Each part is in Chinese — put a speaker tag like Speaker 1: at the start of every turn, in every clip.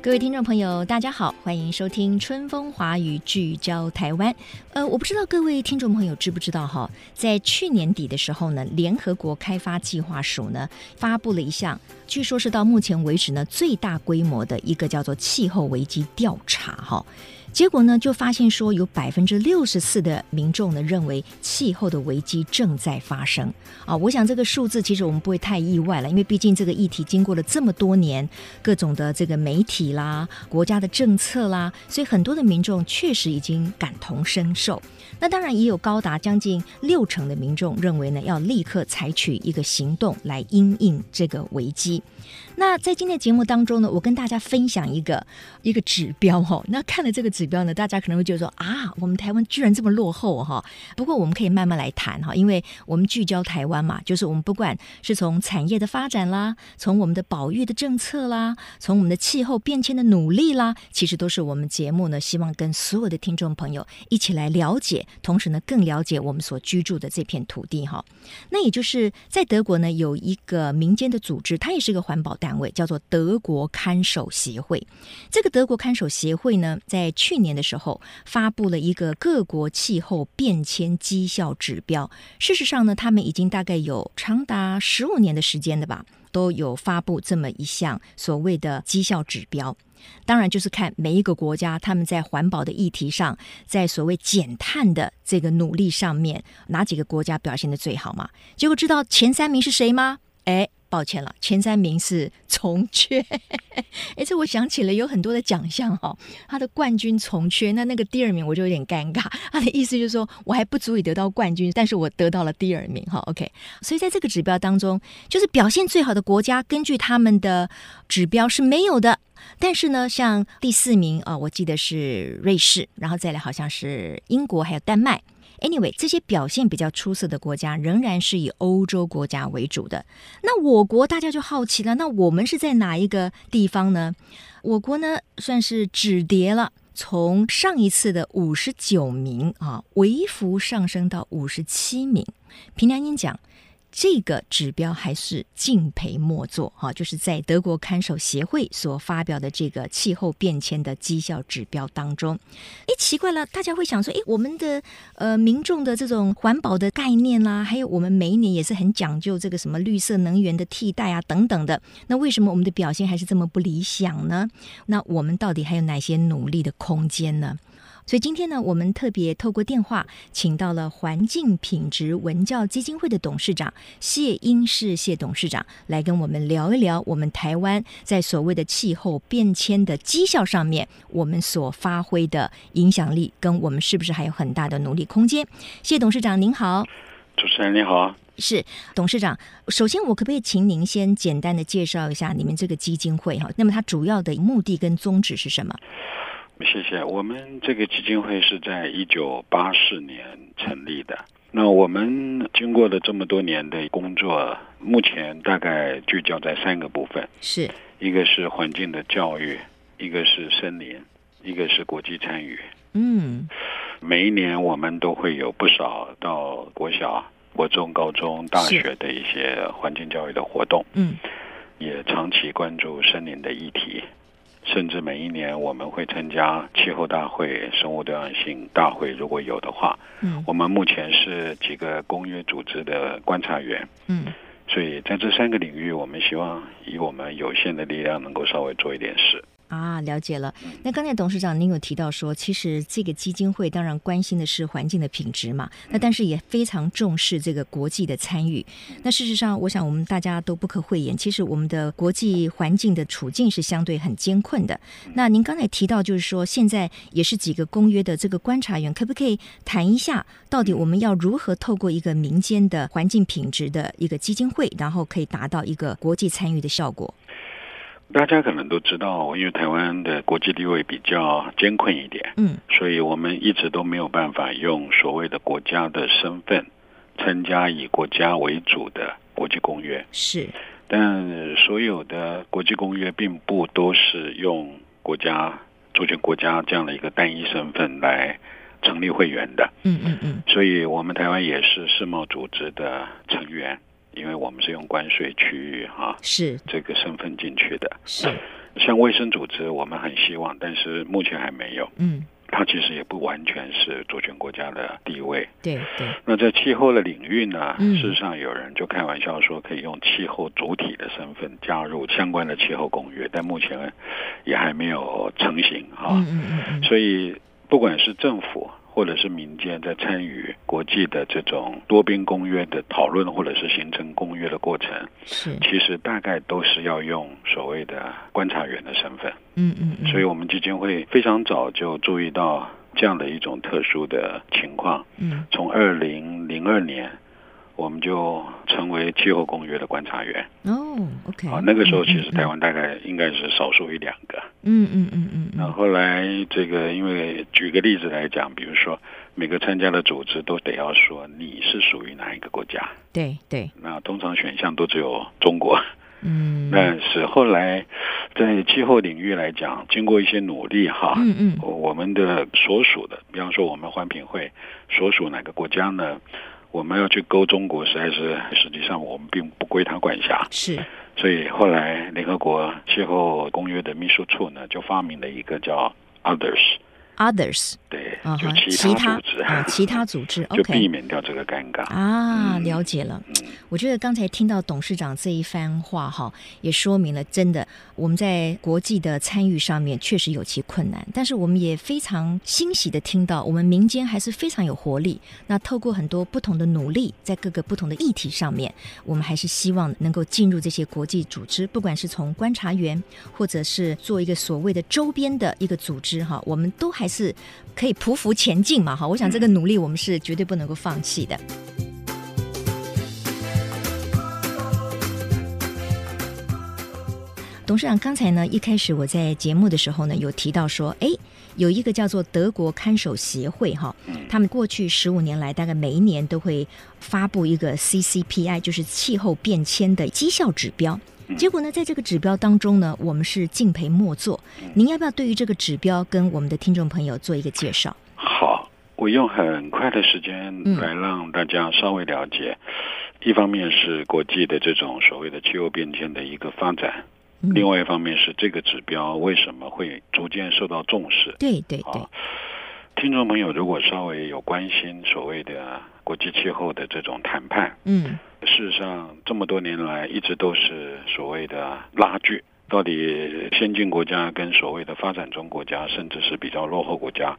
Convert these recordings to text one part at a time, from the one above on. Speaker 1: 各位听众朋友，大家好，欢迎收听《春风华语》，聚焦台湾。呃，我不知道各位听众朋友知不知道哈，在去年底的时候呢，联合国开发计划署呢发布了一项，据说是到目前为止呢最大规模的一个叫做气候危机调查哈。结果呢，就发现说有百分之六十四的民众呢认为气候的危机正在发生啊！我想这个数字其实我们不会太意外了，因为毕竟这个议题经过了这么多年，各种的这个媒体啦、国家的政策啦，所以很多的民众确实已经感同身受。那当然也有高达将近六成的民众认为呢，要立刻采取一个行动来因应这个危机。那在今天的节目当中呢，我跟大家分享一个一个指标哈、哦。那看了这个指标呢，大家可能会觉得说啊，我们台湾居然这么落后哈、哦。不过我们可以慢慢来谈哈，因为我们聚焦台湾嘛，就是我们不管是从产业的发展啦，从我们的保育的政策啦，从我们的气候变迁的努力啦，其实都是我们节目呢希望跟所有的听众朋友一起来了解，同时呢更了解我们所居住的这片土地哈、哦。那也就是在德国呢有一个民间的组织，它也是个环保。单位叫做德国看守协会。这个德国看守协会呢，在去年的时候发布了一个各国气候变迁绩效指标。事实上呢，他们已经大概有长达十五年的时间的吧，都有发布这么一项所谓的绩效指标。当然，就是看每一个国家他们在环保的议题上，在所谓减碳的这个努力上面，哪几个国家表现的最好嘛？结果知道前三名是谁吗？哎。抱歉了，前三名是从缺。哎这我想起了有很多的奖项哈、哦，他的冠军从缺，那那个第二名我就有点尴尬。 他的意思就是说我还不足以得到冠军，但是我得到了第二名哈、哦。OK，所以在这个指标当中，就是表现最好的国家，根据他们的指标是没有的。但是呢，像第四名啊、哦，我记得是瑞士，然后再来好像是英国，还有丹麦。Anyway，这些表现比较出色的国家仍然是以欧洲国家为主的。那我国大家就好奇了，那我们是在哪一个地方呢？我国呢算是止跌了，从上一次的五十九名啊，微幅上升到五十七名。平良英讲。这个指标还是敬陪莫做哈，就是在德国看守协会所发表的这个气候变迁的绩效指标当中，诶，奇怪了，大家会想说，诶，我们的呃民众的这种环保的概念啦，还有我们每一年也是很讲究这个什么绿色能源的替代啊等等的，那为什么我们的表现还是这么不理想呢？那我们到底还有哪些努力的空间呢？所以今天呢，我们特别透过电话请到了环境品质文教基金会的董事长谢英世谢董事长来跟我们聊一聊我们台湾在所谓的气候变迁的绩效上面，我们所发挥的影响力，跟我们是不是还有很大的努力空间？谢董事长您好，
Speaker 2: 主持人你好。
Speaker 1: 是董事长，首先我可不可以请您先简单的介绍一下你们这个基金会哈？那么它主要的目的跟宗旨是什么？
Speaker 2: 谢谢。我们这个基金会是在一九八四年成立的。那我们经过了这么多年的工作，目前大概聚焦在三个部分：
Speaker 1: 是
Speaker 2: 一个是环境的教育，一个是森林，一个是国际参与。
Speaker 1: 嗯，
Speaker 2: 每一年我们都会有不少到国小、国中、高中、大学的一些环境教育的活动。
Speaker 1: 嗯，
Speaker 2: 也长期关注森林的议题。甚至每一年我们会参加气候大会、生物多样性大会，如果有的话。
Speaker 1: 嗯，
Speaker 2: 我们目前是几个公约组织的观察员。
Speaker 1: 嗯，
Speaker 2: 所以在这三个领域，我们希望以我们有限的力量，能够稍微做一点事。
Speaker 1: 啊，了解了。那刚才董事长您有提到说，其实这个基金会当然关心的是环境的品质嘛，那但是也非常重视这个国际的参与。那事实上，我想我们大家都不可讳言，其实我们的国际环境的处境是相对很艰困的。那您刚才提到，就是说现在也是几个公约的这个观察员，可不可以谈一下，到底我们要如何透过一个民间的环境品质的一个基金会，然后可以达到一个国际参与的效果？
Speaker 2: 大家可能都知道，因为台湾的国际地位比较艰困一点，
Speaker 1: 嗯
Speaker 2: 所以我们一直都没有办法用所谓的国家的身份参加以国家为主的国际公约。
Speaker 1: 是，
Speaker 2: 但所有的国际公约并不都是用国家主权国家这样的一个单一身份来成立会员的，
Speaker 1: 嗯嗯嗯，
Speaker 2: 所以我们台湾也是世贸组织的成员，因为我们是用关税区域哈、
Speaker 1: 是
Speaker 2: 这个身份进去的。
Speaker 1: 是，
Speaker 2: 像卫生组织，我们很希望，但是目前还没有。
Speaker 1: 嗯，
Speaker 2: 它其实也不完全是主权国家的地位。
Speaker 1: 对对，
Speaker 2: 那在气候的领域呢，
Speaker 1: 嗯
Speaker 2: 事实上有人就开玩笑说，可以用气候主体的身份加入相关的气候公约，但目前也还没有成型
Speaker 1: 嗯
Speaker 2: 啊。
Speaker 1: 嗯嗯嗯，
Speaker 2: 所以，不管是政府或者是民间在参与国际的这种多边公约的讨论，或者是形成公约的过程，
Speaker 1: 是，
Speaker 2: 其实大概都是要用所谓的观察员的身份。
Speaker 1: 嗯嗯嗯，
Speaker 2: 所以，我们基金会非常早就注意到这样的一种特殊的情况。
Speaker 1: 嗯
Speaker 2: 从二零零二年，我们就成为气候公约的观察员
Speaker 1: 哦，OK，
Speaker 2: 啊。那个时候，
Speaker 1: 嗯
Speaker 2: 其实台，湾大概应该是少数一两个。
Speaker 1: 嗯嗯嗯嗯嗯
Speaker 2: 那
Speaker 1: 嗯，
Speaker 2: 后来，这个因为举个例子来讲，比如说每个参加的组织都得要说你是属于哪一个国家。
Speaker 1: 对对，
Speaker 2: 那通常选项都只有中国，
Speaker 1: 嗯，
Speaker 2: 但是后来在气候领域来讲，经过一些努力哈，
Speaker 1: 嗯嗯
Speaker 2: 呃我们的所属的，比方说我们环评会所属哪个国家呢？我们要去勾中国，实在是实际上我们并不归他管辖，
Speaker 1: 是，
Speaker 2: 所以后来联合国气候公约的秘书处呢，就发明了一个叫 Others，
Speaker 1: others
Speaker 2: 对
Speaker 1: 啊，
Speaker 2: 哦就
Speaker 1: 哈，
Speaker 2: 其他
Speaker 1: 他
Speaker 2: 组织，
Speaker 1: 啊，其他组织
Speaker 2: 就避
Speaker 1: ，OK
Speaker 2: 免掉这个尴尬。
Speaker 1: 啊，
Speaker 2: 嗯
Speaker 1: 了解了。
Speaker 2: 嗯，
Speaker 1: 我觉得刚才听到董事长这一番话哈，也说明了真的我们在国际的参与上面确实有其困难，但是我们也非常欣喜的听到，我们民间还是非常有活力。那透过很多不同的努力，在各个不同的议题上面，我们还是希望能够进入这些国际组织，不管是从观察员，或者是做一个所谓的周边的一个组织哈，我们都还是可以匍匐前进嘛哈。我想这个努力我们是绝对不能够放弃的。董事长刚才呢，一开始我在节目的时候呢，有提到说，哎，有一个叫做德国看守协会哈，
Speaker 2: 嗯
Speaker 1: 他们过去十五年来，大概每一年都会发布一个 CCPI，就是气候变迁的绩效指标。
Speaker 2: 嗯
Speaker 1: 结果呢，在这个指标当中呢，我们是敬陪末座。
Speaker 2: 嗯
Speaker 1: 您要不要对于这个指标跟我们的听众朋友做一个介绍？
Speaker 2: 好，我用很快的时
Speaker 1: 嗯
Speaker 2: 间来让大家稍微了解。一方面是国际的这种所谓的气候变迁的一个发展，
Speaker 1: 嗯
Speaker 2: 另外一方面是这个指标为什么会逐渐受到重视。
Speaker 1: 对对对
Speaker 2: 啊，听众朋友如果稍微有关心所谓的国际气候的这种谈判，
Speaker 1: 嗯，
Speaker 2: 事实上这么多年来一直都是所谓的拉锯。到底先进国家跟所谓的发展中国家，甚至是比较落后国家，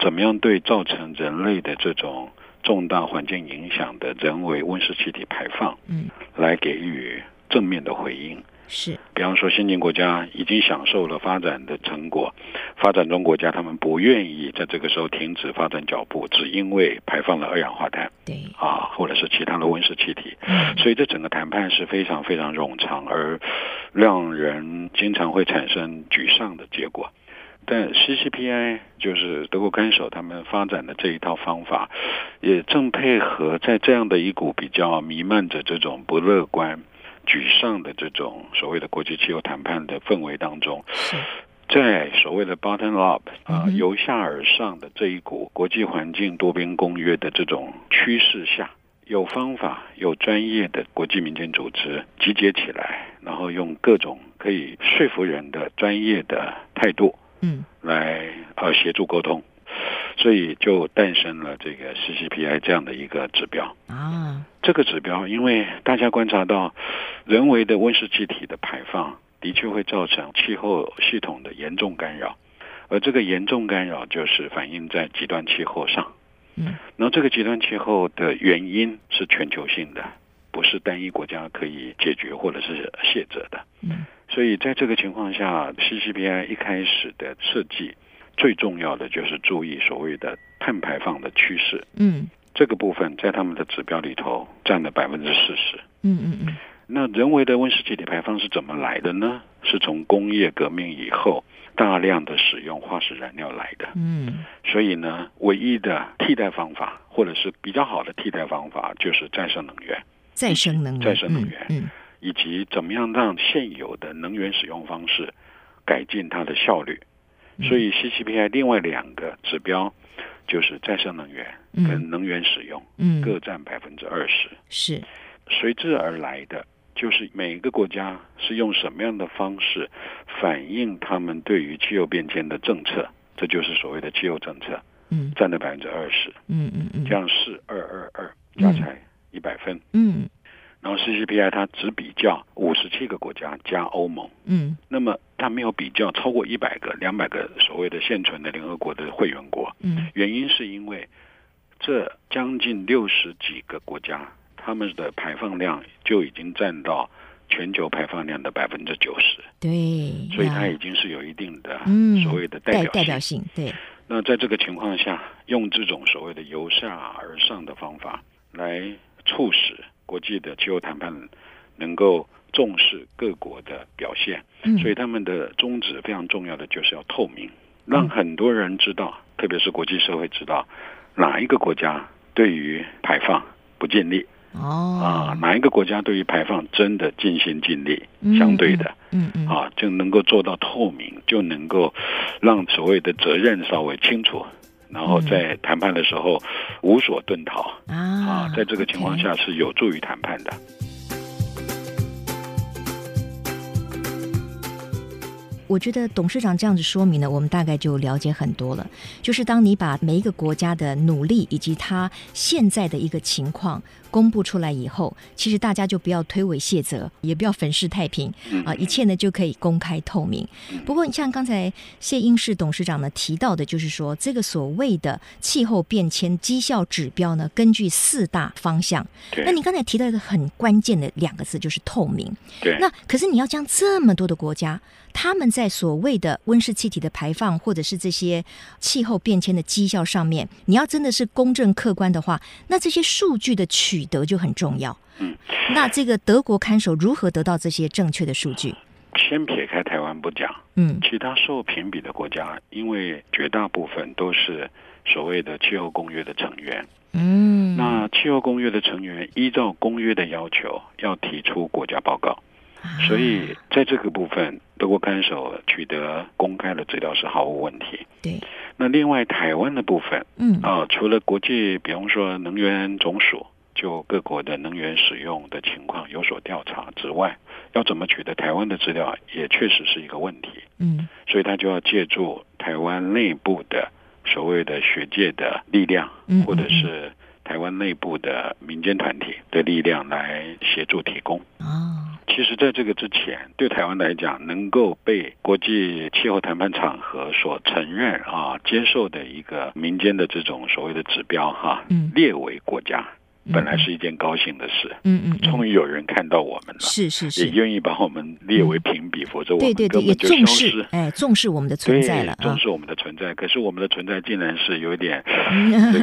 Speaker 2: 怎么样对造成人类的这种重大环境影响的人为温室气体排放，
Speaker 1: 嗯，
Speaker 2: 来给予正面的回应？
Speaker 1: 是，
Speaker 2: 比方说，先进国家已经享受了发展的成果，发展中国家他们不愿意在这个时候停止发展脚步，只因为排放了二氧化碳
Speaker 1: 对，
Speaker 2: 啊，或者是其他的温室气体。
Speaker 1: 嗯
Speaker 2: 所以这整个谈判是非常非常冗长，而让人经常会产生沮丧的结果。但 CCPI 就是德国看守他们发展的这一套方法，也正配合在这样的一股比较弥漫着这种不乐观、沮丧的这种所谓的国际气候谈判的氛围当中，
Speaker 1: 是，
Speaker 2: 在所谓的 bottom up
Speaker 1: 嗯
Speaker 2: 啊、
Speaker 1: 哼
Speaker 2: 由下而上的这一股国际环境多边公约的这种趋势下，有方法、有专业的国际民间组织集结起来，然后用各种可以说服人的专业的态度
Speaker 1: 嗯
Speaker 2: 来呃协助沟通，所以就诞生了这个 CCPI 这样的一个指标。
Speaker 1: 啊，
Speaker 2: 这个指标，因为大家观察到，人为的温室气体的排放的确会造成气候系统的严重干扰，而这个严重干扰就是反映在极端气候上。
Speaker 1: 嗯，
Speaker 2: 然后这个极端气候的原因是全球性的，不是单一国家可以解决或者是卸责的。
Speaker 1: 嗯
Speaker 2: 所以在这个情况下，CCPI 一开始的设计，最重要的就是注意所谓的碳排放的趋势。
Speaker 1: 嗯
Speaker 2: 这个部分在他们的指标里头占了百分之四十。
Speaker 1: 嗯嗯嗯，
Speaker 2: 那人为的温室气体排放是怎么来的呢？是从工业革命以后大量的使用化石燃料来的。
Speaker 1: 嗯
Speaker 2: 所以呢，唯一的替代方法，或者是比较好的替代方法，就是再生能源，
Speaker 1: 再生能源，
Speaker 2: 再生能源
Speaker 1: 嗯
Speaker 2: 以及怎么样让现有的能源使用方式改进它的效率。
Speaker 1: 嗯
Speaker 2: 所以 CCPI 另外两个指标就是再生能源
Speaker 1: 嗯
Speaker 2: 跟能源使用
Speaker 1: 嗯，
Speaker 2: 各
Speaker 1: 嗯
Speaker 2: 占百分之二十，
Speaker 1: 是
Speaker 2: 随之而来的。就是每个国家是用什么样的方式反映他们对于气候变迁的政策，这就是所谓的气候政策，
Speaker 1: 嗯
Speaker 2: 占了百分之二十。
Speaker 1: 嗯嗯嗯，
Speaker 2: 这样四二二二加起来一百分。
Speaker 1: 嗯
Speaker 2: 然后 CCPI 它只比较五十七个国家加欧盟，
Speaker 1: 嗯
Speaker 2: 那么它没有比较超过一百个、两百个所谓的现存的联合国的会员国，
Speaker 1: 嗯
Speaker 2: 原因是因为这将近六十几个国家，他们的排放量就已经占到全球排放量的百分之九十，
Speaker 1: 对，
Speaker 2: 所以
Speaker 1: 要
Speaker 2: 它已经是有一定的
Speaker 1: 嗯
Speaker 2: 所谓的代
Speaker 1: 代
Speaker 2: 表
Speaker 1: 代表
Speaker 2: 性。
Speaker 1: 性，对，
Speaker 2: 那在这个情况下，用这种所谓的由下而上的方法来促使国际的气候谈判能够重视各国的表现，
Speaker 1: 嗯
Speaker 2: 所以他们的宗旨非常重要的就是要透明，让很多人知道，特别是国际社会知道哪一个国家对于排放不尽力啊
Speaker 1: 哦，，
Speaker 2: 哪一个国家对于排放真的尽心尽力，
Speaker 1: 嗯
Speaker 2: 相对的。
Speaker 1: 嗯嗯，
Speaker 2: 啊，就能够做到透明，就能够让所谓的责任稍微清楚，然后
Speaker 1: 嗯
Speaker 2: 在谈判的时候无所遁逃
Speaker 1: 啊
Speaker 2: 啊，，在这个情况
Speaker 1: OK
Speaker 2: 下是有助于谈判的。
Speaker 1: 我觉得董事长这样子说明呢，我们大概就了解很多了。就是当你把每一个国家的努力以及它现在的一个情况公布出来以后，其实大家就不要推诿卸责，也不要粉饰太平
Speaker 2: 嗯
Speaker 1: 啊、一切呢就可以公开透明。不过，像刚才谢英士董事长呢提到的，就是说这个所谓的气候变迁绩效指标呢，根据四大方向。
Speaker 2: 对
Speaker 1: 那你刚才提到一个很关键的两个字，就是透明。
Speaker 2: 对
Speaker 1: 那可是你要将这么多的国家，他们在所谓的温室气体的排放，或者是这些气候变迁的绩效上面，你要真的是公正客观的话，那这些数据的取得就很重要。
Speaker 2: 嗯，
Speaker 1: 那这个德国看守如何得到这些正确的数据？
Speaker 2: 先撇开台湾不讲，
Speaker 1: 嗯
Speaker 2: 其他受评比的国家，因为绝大部分都是所谓的气候公约的成员，
Speaker 1: 嗯，
Speaker 2: 那气候公约的成员依照公约的要求，要提出国家报告。所以在这个部分，德国看守取得公开的资料是毫无问题。
Speaker 1: 对，
Speaker 2: 那另外台湾的部分
Speaker 1: 嗯
Speaker 2: 啊、除了国际，比方说能源总署就各国的能源使用的情况有所调查之外，要怎么取得台湾的资料，也确实是一个问题。
Speaker 1: 嗯
Speaker 2: 所以他就要借助台湾内部的所谓的学界的力量，
Speaker 1: 嗯，
Speaker 2: 或者是台湾内部的民间团体的力量来协助提供。
Speaker 1: 啊、哦，
Speaker 2: 其实，在这个之前，对台湾来讲，能够被国际气候谈判场合所承认啊、接受的一个民间的这种所谓的指标哈、
Speaker 1: 嗯
Speaker 2: 列为国家，
Speaker 1: 嗯
Speaker 2: 本来是一件高兴的事，
Speaker 1: 嗯嗯，嗯
Speaker 2: 终于有人看到我们了，
Speaker 1: 是是
Speaker 2: 也
Speaker 1: 是，
Speaker 2: 愿意把我们列为评比，否则我
Speaker 1: 对
Speaker 2: 们
Speaker 1: 对对，
Speaker 2: 根
Speaker 1: 也
Speaker 2: 本就
Speaker 1: 重
Speaker 2: 消
Speaker 1: 视
Speaker 2: 失。
Speaker 1: 哎重视我们的存
Speaker 2: 对，
Speaker 1: 在了啊
Speaker 2: 重， 视我们的存在，可是我们的存在竟然是有点这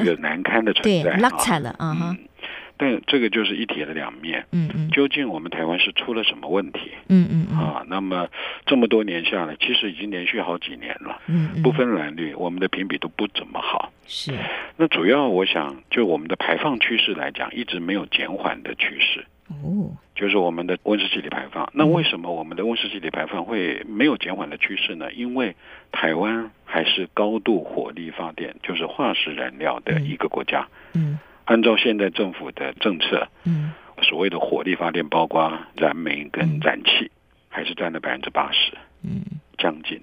Speaker 1: 嗯
Speaker 2: 个难堪的存
Speaker 1: 对
Speaker 2: 在，
Speaker 1: 拉
Speaker 2: 啊
Speaker 1: 踩了啊哈
Speaker 2: 嗯，，但这个就是一体的两面。
Speaker 1: 嗯嗯
Speaker 2: 究竟我们台湾是出了什么问题？
Speaker 1: 嗯嗯嗯
Speaker 2: 啊，那么这么多年下来，其实已经连续好几年了，
Speaker 1: 嗯嗯，
Speaker 2: 不分蓝绿，我们的评比都不怎么好。
Speaker 1: 是
Speaker 2: 那主要我想，就我们的排放趋势来讲，一直没有减缓的趋势，
Speaker 1: 哦，
Speaker 2: 就是我们的温室气体排
Speaker 1: 嗯
Speaker 2: 放。那为什么我们的温室气体排放会没有减缓的趋势呢？因为台湾还是高度火力发电，就是化石燃料的一个国家。
Speaker 1: 嗯
Speaker 2: 按照现在政府的政策，
Speaker 1: 嗯
Speaker 2: 所谓的火力发电，包括燃煤跟燃气，还是占了百分之八十。
Speaker 1: 嗯
Speaker 2: 将近，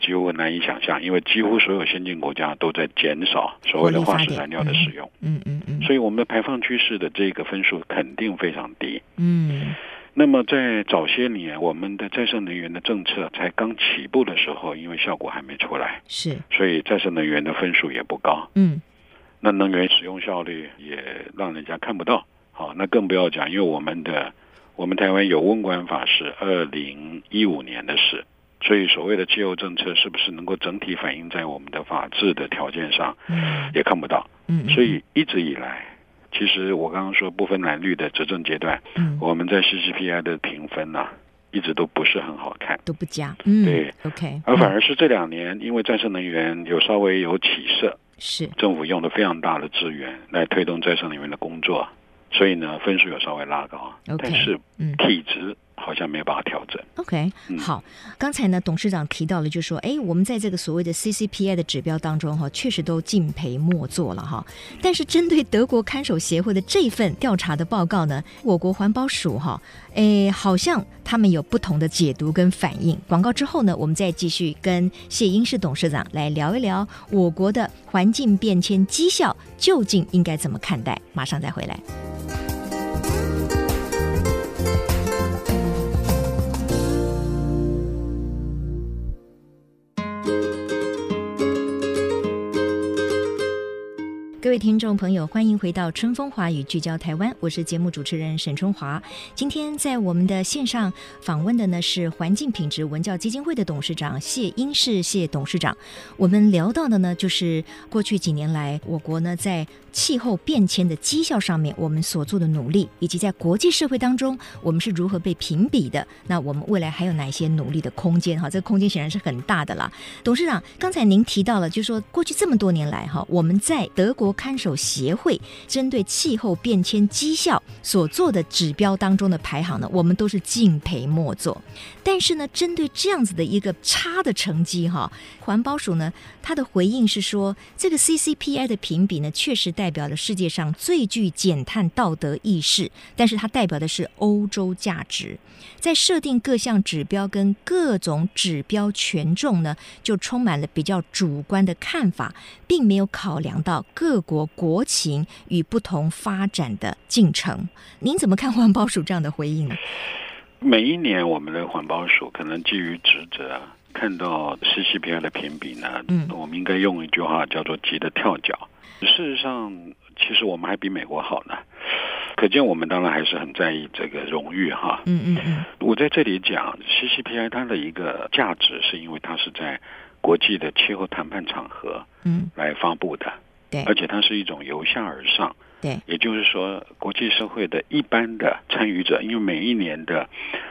Speaker 2: 几乎难以想象，因为几乎所有先进国家都在减少所谓的化石燃料的使用，
Speaker 1: 嗯嗯嗯
Speaker 2: 所以我们的排放趋势的这个分数肯定非常低。
Speaker 1: 嗯
Speaker 2: 那么在早些年，我们的再生能源的政策才刚起步的时候，因为效果还没出来，
Speaker 1: 是
Speaker 2: 所以再生能源的分数也不高，
Speaker 1: 嗯
Speaker 2: 那能源使用效率也让人家看不到。好，那更不要讲，因为我们的我们台湾有温管法是二零一五年的事，所以所谓的气候政策是不是能够整体反映在我们的法治的条件上，
Speaker 1: 嗯
Speaker 2: 也看不到。
Speaker 1: 嗯，
Speaker 2: 所以一直以来，其实我刚刚说不分蓝绿的执政阶段，
Speaker 1: 嗯，
Speaker 2: 我们在 CCPI 的评分呢、一直都不是很好看。
Speaker 1: 都不加，嗯，
Speaker 2: 对
Speaker 1: ，OK，
Speaker 2: 而反
Speaker 1: 嗯
Speaker 2: 而是这两年，因为再生能源有稍微有起色，
Speaker 1: 是
Speaker 2: 政府用了非常大的资源来推动再生能源的工作，所以呢，分数有稍微拉高啊
Speaker 1: OK
Speaker 2: 但是
Speaker 1: 嗯
Speaker 2: 体质好像没有办法调整。
Speaker 1: OK，
Speaker 2: 嗯
Speaker 1: 好，刚才呢，董事长提到了，就是说，哎，我们在这个所谓的 CCPI 的指标当中，哈，确实都敬陪末座了，哈。但是针对德国看守协会的这份调查的报告呢，我国环保署哈，哎，好像他们有不同的解读跟反应。广告之后呢，我们再继续跟谢英士董事长来聊一聊我国的环境变迁绩效究竟应该怎么看待。马上再回来。各位听众朋友，欢迎回到《春风华语》，聚焦台湾，我是节目主持人沈春华。今天在我们的线上访问的呢是环境品质文教基金会的董事长谢英士谢董事长。我们聊到的呢，就是过去几年来我国呢在气候变迁的绩效上面，我们所做的努力，以及在国际社会当中我们是如何被评比的。那我们未来还有哪些努力的空间？哈，这个空间显然是很大的啦。董事长，刚才您提到了，就是说过去这么多年来哈，我们在德国看守协会针对气候变迁绩效所做的指标当中的排行呢，我们都是敬陪末座。但是呢，针对这样子的一个差的成绩哈，环保署呢，它的回应是说，这个 CCPI 的评比呢，确实代表了世界上最具减碳道德意识，但是它代表的是欧洲价值。在设定各项指标跟各种指标权重呢，就充满了比较主观的看法，并没有考量到各国国情与不同发展的进程。您怎么看环保署这样的回 应呢？
Speaker 2: 每一年我们的环保署可能基于职责啊，看到 CCPI 的评比呢，
Speaker 1: 嗯
Speaker 2: 我们应该用一句话叫做“急得跳脚”。事实上，其实我们还比美国好呢，可见我们当然还是很在意这个荣誉哈。
Speaker 1: 嗯嗯嗯，
Speaker 2: 我在这里讲 CCPI 它的一个价值，是因为它是在国际的气候谈判场合
Speaker 1: 嗯，
Speaker 2: 来发布的，
Speaker 1: 对
Speaker 2: 而且它是一种由下而上，
Speaker 1: 对，
Speaker 2: 也就是说，国际社会的一般的参与者，因为每一年的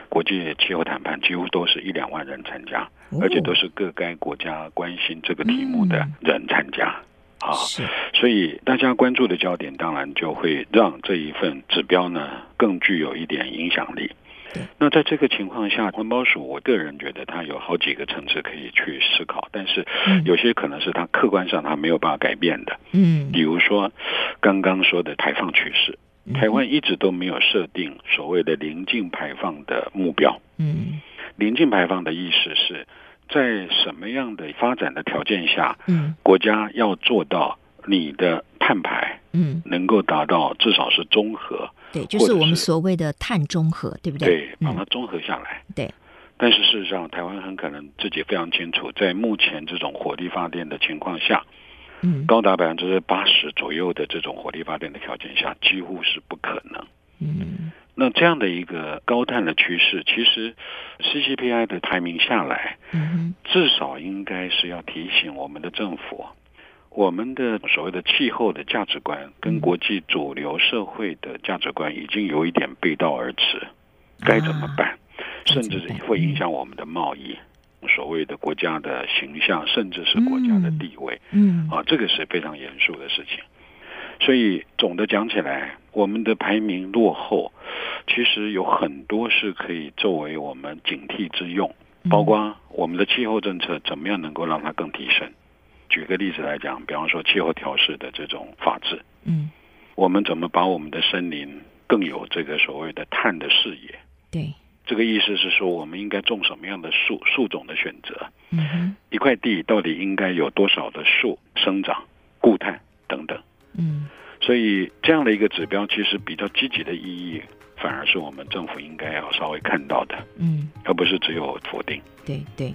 Speaker 2: 国际气候谈判几乎都是一两万人参加，
Speaker 1: 哦嗯
Speaker 2: 而且都是各该国家关心这个题目的人参加。啊，
Speaker 1: 是
Speaker 2: 所以大家关注的焦点，当然就会让这一份指标呢更具有一点影响力
Speaker 1: 对。
Speaker 2: 那在这个情况下，环保署，我个人觉得它有好几个层次可以去思考，但是
Speaker 1: 嗯
Speaker 2: 有些可能是它客观上它没有办法改变的，
Speaker 1: 嗯
Speaker 2: 比如说刚刚说的排放趋势，台湾一直都没有设定所谓的零净排放的目标。
Speaker 1: 嗯
Speaker 2: 零净排放的意思是在什么样的发展的条件下，
Speaker 1: 嗯
Speaker 2: 国家要做到你的碳排
Speaker 1: 嗯，
Speaker 2: 能够达到至少是综合，
Speaker 1: 对，就是我
Speaker 2: 或
Speaker 1: 们
Speaker 2: 者是
Speaker 1: 所谓的碳中和，对不
Speaker 2: 对，啊把
Speaker 1: 嗯
Speaker 2: 它综合下来。
Speaker 1: 对。
Speaker 2: 但是事实上，台湾很可能自己非常清楚，在目前这种火力发电的情况下，
Speaker 1: 嗯
Speaker 2: 高达百分之八十左右的这种火力发电的条件下，几乎是不可能。
Speaker 1: 嗯
Speaker 2: 那这样的一个高碳的趋势，其实 CCPI 的排名下来，
Speaker 1: 嗯
Speaker 2: 至少应该是要提醒我们的政府，我们的所谓的气候的价值观跟国际主流社会的价值观已经有一点背道而驰，该怎么办？甚至会影响我们的贸易，所谓的国家的形象，甚至是国家的
Speaker 1: 嗯
Speaker 2: 地位。
Speaker 1: 嗯
Speaker 2: 啊，这个是非常严肃的事情。所以总的讲起来，我们的排名落后，其实有很多是可以作为我们警惕之用，包括我们的气候政策怎么样能够让它更提升。举个例子来讲，比方说气候调试的这种法制，
Speaker 1: 嗯，
Speaker 2: 我们怎么把我们的森林更有这个所谓的碳的视野？
Speaker 1: 对，
Speaker 2: 这个意思是说，我们应该种什么样的树树种的选择？
Speaker 1: 嗯哼
Speaker 2: 一块地到底应该有多少的树生长、固碳等等。
Speaker 1: 嗯
Speaker 2: 所以这样的一个指标，其实比较积极的意义，反而是我们政府应该要稍微看到的，
Speaker 1: 嗯，
Speaker 2: 而不是只有否定。
Speaker 1: 对对。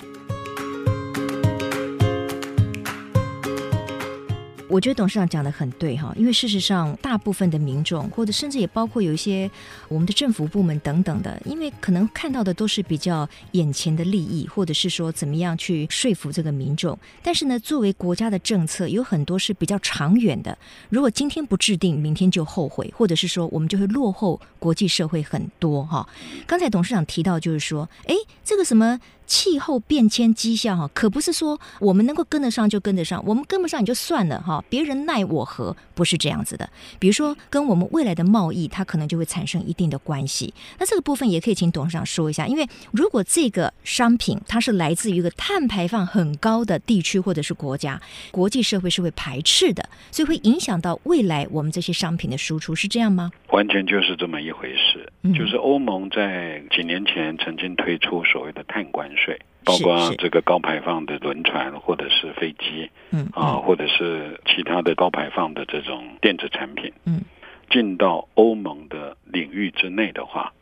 Speaker 1: 我觉得董事长讲的很对哈，因为事实上，大部分的民众，或者甚至也包括有一些我们的政府部门等等的，因为可能看到的都是比较眼前的利益，或者是说怎么样去说服这个民众。但是呢，作为国家的政策，有很多是比较长远的。如果今天不制定，明天就后悔，或者是说我们就会落后国际社会很多哈。刚才董事长提到，就是说，诶，这个什么气候变迁迹象哈，可不是说我们能够跟得上就跟得上，我们跟不上也就算了哈，别人奈我何，不是这样子的。比如说，跟我们未来的贸易，它可能就会产生一定的关系。那这个部分也可以请董事长说一下，因为如果这个商品它是来自于一个碳排放很高的地区或者是国家，国际社会是会排斥的，所以会影响到未来我们这些商品的输出，是这样吗？
Speaker 2: 完全就是这么一回事。
Speaker 1: 嗯
Speaker 2: 就是欧盟在几年前曾经推出所谓的碳关税，包
Speaker 1: 是
Speaker 2: 括
Speaker 1: 是
Speaker 2: 这个高排放的轮船或者是飞机
Speaker 1: 嗯
Speaker 2: 啊，，或者是其他的高排放的这种电子产品，
Speaker 1: 嗯，
Speaker 2: 进到欧盟的领域之内的话，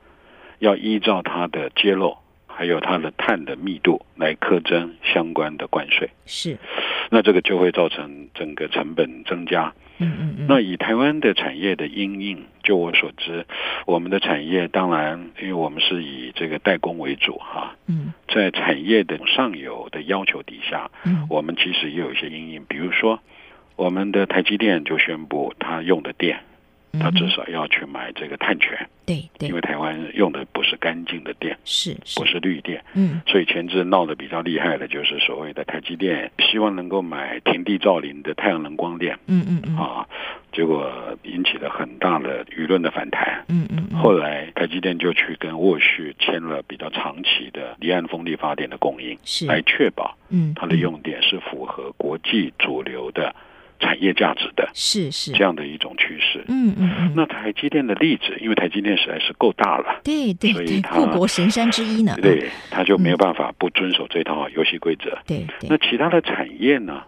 Speaker 2: 要依照它的揭露还有它的碳的密度来苛征相关的关税，
Speaker 1: 是，
Speaker 2: 那这个就会造成整个成本增加，
Speaker 1: 嗯嗯嗯，
Speaker 2: 那以台湾的产业的因应，就我所知，我们的产业当然，因为我们是以这个代工为主哈、
Speaker 1: 嗯
Speaker 2: 在产业的上游的要求底下，
Speaker 1: 嗯
Speaker 2: 我们其实也有一些因应，比如说我们的台积电就宣布，它用的电，
Speaker 1: 嗯，
Speaker 2: 它至少要去买这个碳权，
Speaker 1: 对对
Speaker 2: 因为台湾用的不是干净的电，
Speaker 1: 是是
Speaker 2: 不，是绿电，
Speaker 1: 嗯
Speaker 2: 所以前阵闹得比较厉害的就是所谓的台积电希望能够买平地造林的太阳能光电。
Speaker 1: 嗯嗯嗯
Speaker 2: 啊，结果引起了很大的舆论的反弹。
Speaker 1: 嗯嗯嗯，
Speaker 2: 后来台积电就去跟沃旭签了比较长期的离岸风力发电的供应，
Speaker 1: 是
Speaker 2: 来确保
Speaker 1: 嗯
Speaker 2: 哎它的用电是符合国际主流的产业价值的
Speaker 1: 是是
Speaker 2: 这样的一种趋势。
Speaker 1: 嗯嗯嗯，
Speaker 2: 那台积电的例子，因为台积电实在是够大了，
Speaker 1: 对对
Speaker 2: 所以
Speaker 1: 对，
Speaker 2: 它
Speaker 1: 护国神山之一呢，嗯
Speaker 2: 对，它就没有办法不遵守这套游戏规则。
Speaker 1: 对对，
Speaker 2: 那其他的产业呢，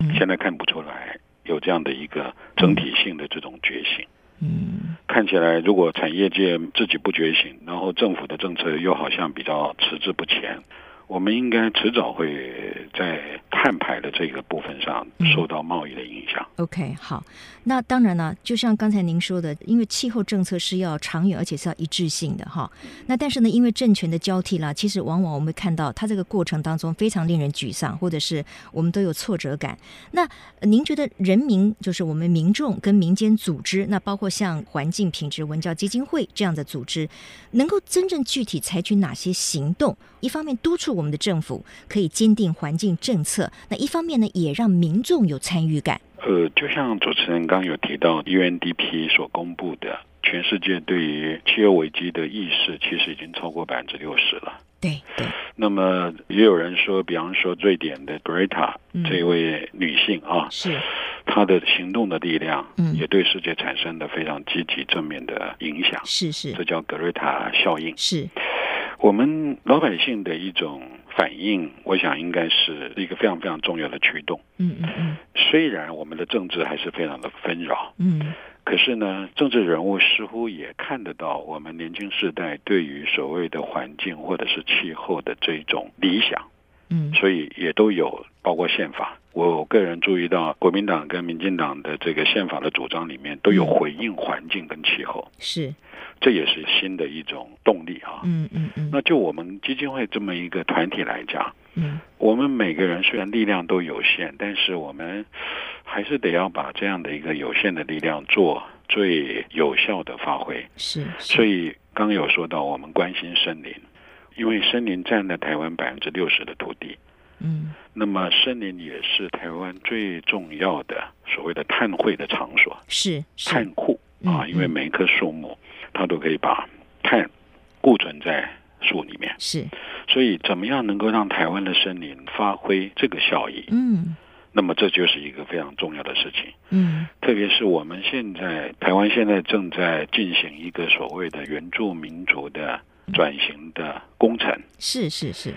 Speaker 1: 嗯
Speaker 2: 现在看不出来有这样的一个整体性的这种觉醒。
Speaker 1: 嗯
Speaker 2: 看起来，如果产业界自己不觉醒，然后政府的政策又好像比较迟滞不前，我们应该迟早会在碳排的这个部分上
Speaker 1: 嗯
Speaker 2: 受到贸易的影响。
Speaker 1: ，OK，好，那当然了，就像刚才您说的，因为气候政策是要长远，而且是要一致性的哈。那但是呢，因为政权的交替啦，其实往往我们会看到它这个过程当中非常令人沮丧，或者是我们都有挫折感。那呃您觉得人民，就是我们民众跟民间组织，那包括像环境品质文教基金会这样的组织，能够真正具体采取哪些行动？一方面督促我们的政府可以坚定环境政策，那一方面呢，也让民众有参与感。
Speaker 2: 呃，就像主持人刚有提到，UNDP 所公布的全世界对于气候危机的意识，其实已经超过百分之六十了。
Speaker 1: 对对，
Speaker 2: 那么也有人说，比方说瑞典的 Greta
Speaker 1: 嗯
Speaker 2: 这位女性啊，
Speaker 1: 是，
Speaker 2: 她的行动的力量
Speaker 1: 嗯，
Speaker 2: 也对世界产生了非常积极正面的影响。
Speaker 1: 是是
Speaker 2: 这叫格瑞塔效应。
Speaker 1: 是，
Speaker 2: 我们老百姓的一种反应，我想应该是一个非常非常重要的驱动。
Speaker 1: 嗯嗯
Speaker 2: 虽然我们的政治还是非常的纷扰，
Speaker 1: 嗯
Speaker 2: 可是呢，政治人物似乎也看得到我们年轻世代对于所谓的环境或者是气候的这种理想，
Speaker 1: 嗯嗯，
Speaker 2: 所以也都有包括宪法。我个人注意到，国民党跟民进党的这个宪法的主张里面都
Speaker 1: 嗯
Speaker 2: 有回应环境跟气候，
Speaker 1: 是，
Speaker 2: 这也是新的一种动力啊。
Speaker 1: 嗯嗯嗯
Speaker 2: 那就我们基金会这么一个团体来讲，
Speaker 1: 嗯
Speaker 2: 我们每个人虽然力量都有限，但是我们还是得要把这样的一个有限的力量做最有效的发挥。
Speaker 1: 是，
Speaker 2: 所
Speaker 1: 以
Speaker 2: 以刚有说到，我们关心森林，因为森林占了台湾百分之六十的土地，
Speaker 1: 嗯
Speaker 2: 那么森林也是台湾最重要的所谓的碳汇的场所，
Speaker 1: 是是
Speaker 2: 碳库啊，
Speaker 1: 嗯
Speaker 2: 因为
Speaker 1: 嗯
Speaker 2: 每一棵树木它都可以把碳固存在树里面。
Speaker 1: 是，
Speaker 2: 所以，怎么样能够让台湾的森林发挥这个效益？
Speaker 1: 嗯
Speaker 2: 那么，这就是一个非常重要的事情。
Speaker 1: 嗯
Speaker 2: 特别是我们现在，台湾现在正在进行一个所谓的原住民族的转型的工程，
Speaker 1: 是是是，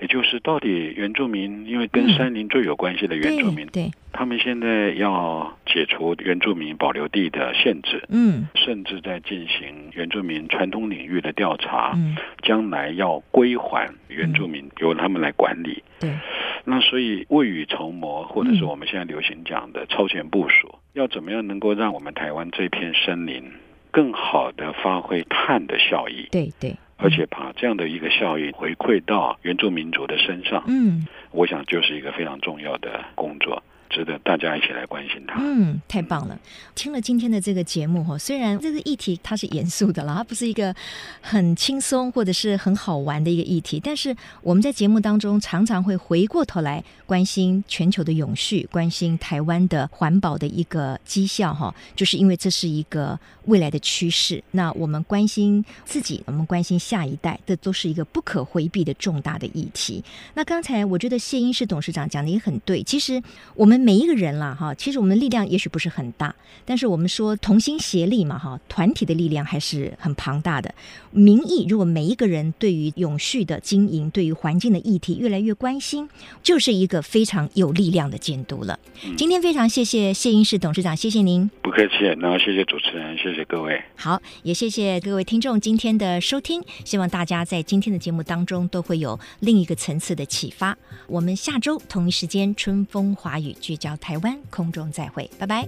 Speaker 2: 也就是到底原住民，因为跟
Speaker 1: 嗯
Speaker 2: 山林最有关系的原住
Speaker 1: 对
Speaker 2: 民，
Speaker 1: 对，
Speaker 2: 他们现在要解除原住民保留地的限制。
Speaker 1: 嗯
Speaker 2: 甚至在进行原住民传统领域的调查，
Speaker 1: 嗯
Speaker 2: 将来要归还原住民，由他们来管理。
Speaker 1: 对，
Speaker 2: 那所以未雨绸缪，或
Speaker 1: 嗯
Speaker 2: 者是我们现在流行讲的超前部署，要怎么样能够让我们台湾这片森林更好的发挥碳的效益，
Speaker 1: 对对，
Speaker 2: 而且把这样的一个效益回馈到原住民族的身上，
Speaker 1: 嗯
Speaker 2: 我想就是一个非常重要的工作，值得大家一起来关心它。
Speaker 1: 嗯，太棒了！听了今天的这个节目哈，虽然这个议题它是严肃的啦，它不是一个很轻松或者是很好玩的一个议题，但是我们在节目当中常常会回过头来关心全球的永续，关心台湾的环保的一个绩效哈，就是因为这是一个未来的趋势。那我们关心自己，我们关心下一代，这都是一个不可回避的重大的议题。那刚才我觉得谢英士董事长讲的也很对，其实我们每一个人啦，哈，其实我们的力量也许不是很大，但是我们说同心协力嘛，哈，团体的力量还是很庞大的。民意如果每一个人对于永续的经营、对于环境的议题越来越关心，就是一个非常有力量的监督了。今天非常谢谢谢英士董事长，谢谢您。
Speaker 2: 不客气，然后谢谢主持人，谢谢各位。
Speaker 1: 好，也谢谢各位听众今天的收听，希望大家在今天的节目当中都会有另一个层次的启发。我们下周同一时间，春风华语聚焦台湾，空中再会，拜拜。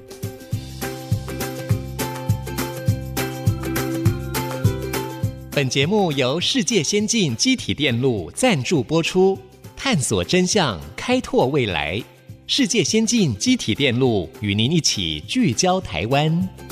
Speaker 3: 本节目由世界先进机体电路赞助播出，探索真相，开拓未来。世界先进机体电路与您一起聚焦台湾。